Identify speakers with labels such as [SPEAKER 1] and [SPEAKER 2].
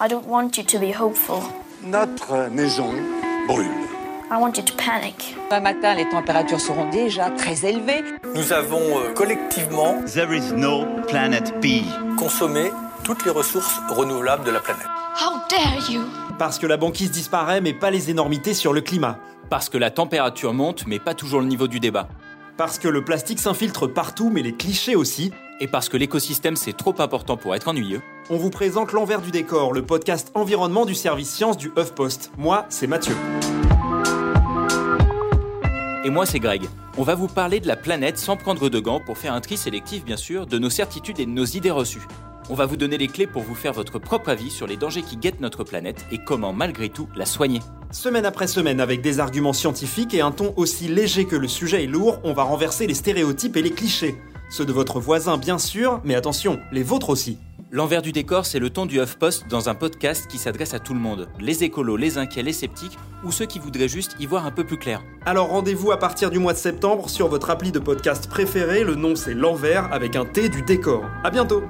[SPEAKER 1] I don't want you to be hopeful.
[SPEAKER 2] Notre maison brûle.
[SPEAKER 1] I want you to panic.
[SPEAKER 3] Demain matin, les températures seront déjà très élevées.
[SPEAKER 4] Nous avons euh, collectivement
[SPEAKER 5] There is no planet B.
[SPEAKER 4] consommé toutes les ressources renouvelables de la planète.
[SPEAKER 1] How dare you!
[SPEAKER 6] Parce que la banquise disparaît, mais pas les énormités sur le climat.
[SPEAKER 7] Parce que la température monte, mais pas toujours le niveau du débat.
[SPEAKER 6] Parce que le plastique s'infiltre partout, mais les clichés aussi.
[SPEAKER 7] Et parce que l'écosystème, c'est trop important pour être ennuyeux.
[SPEAKER 6] On vous présente l'envers du décor, le podcast environnement du service science du HuffPost. Moi, c'est Mathieu.
[SPEAKER 7] Et moi, c'est Greg. On va vous parler de la planète sans prendre de gants pour faire un tri sélectif, bien sûr, de nos certitudes et de nos idées reçues. On va vous donner les clés pour vous faire votre propre avis sur les dangers qui guettent notre planète et comment, malgré tout, la soigner.
[SPEAKER 6] Semaine après semaine, avec des arguments scientifiques et un ton aussi léger que le sujet est lourd, on va renverser les stéréotypes et les clichés. Ceux de votre voisin, bien sûr, mais attention, les vôtres aussi.
[SPEAKER 7] L'envers du décor, c'est le ton du HuffPost dans un podcast qui s'adresse à tout le monde. Les écolos, les inquiets, les sceptiques ou ceux qui voudraient juste y voir un peu plus clair.
[SPEAKER 6] Alors rendez-vous à partir du mois de septembre sur votre appli de podcast préféré, le nom c'est l'envers avec un T du décor. À bientôt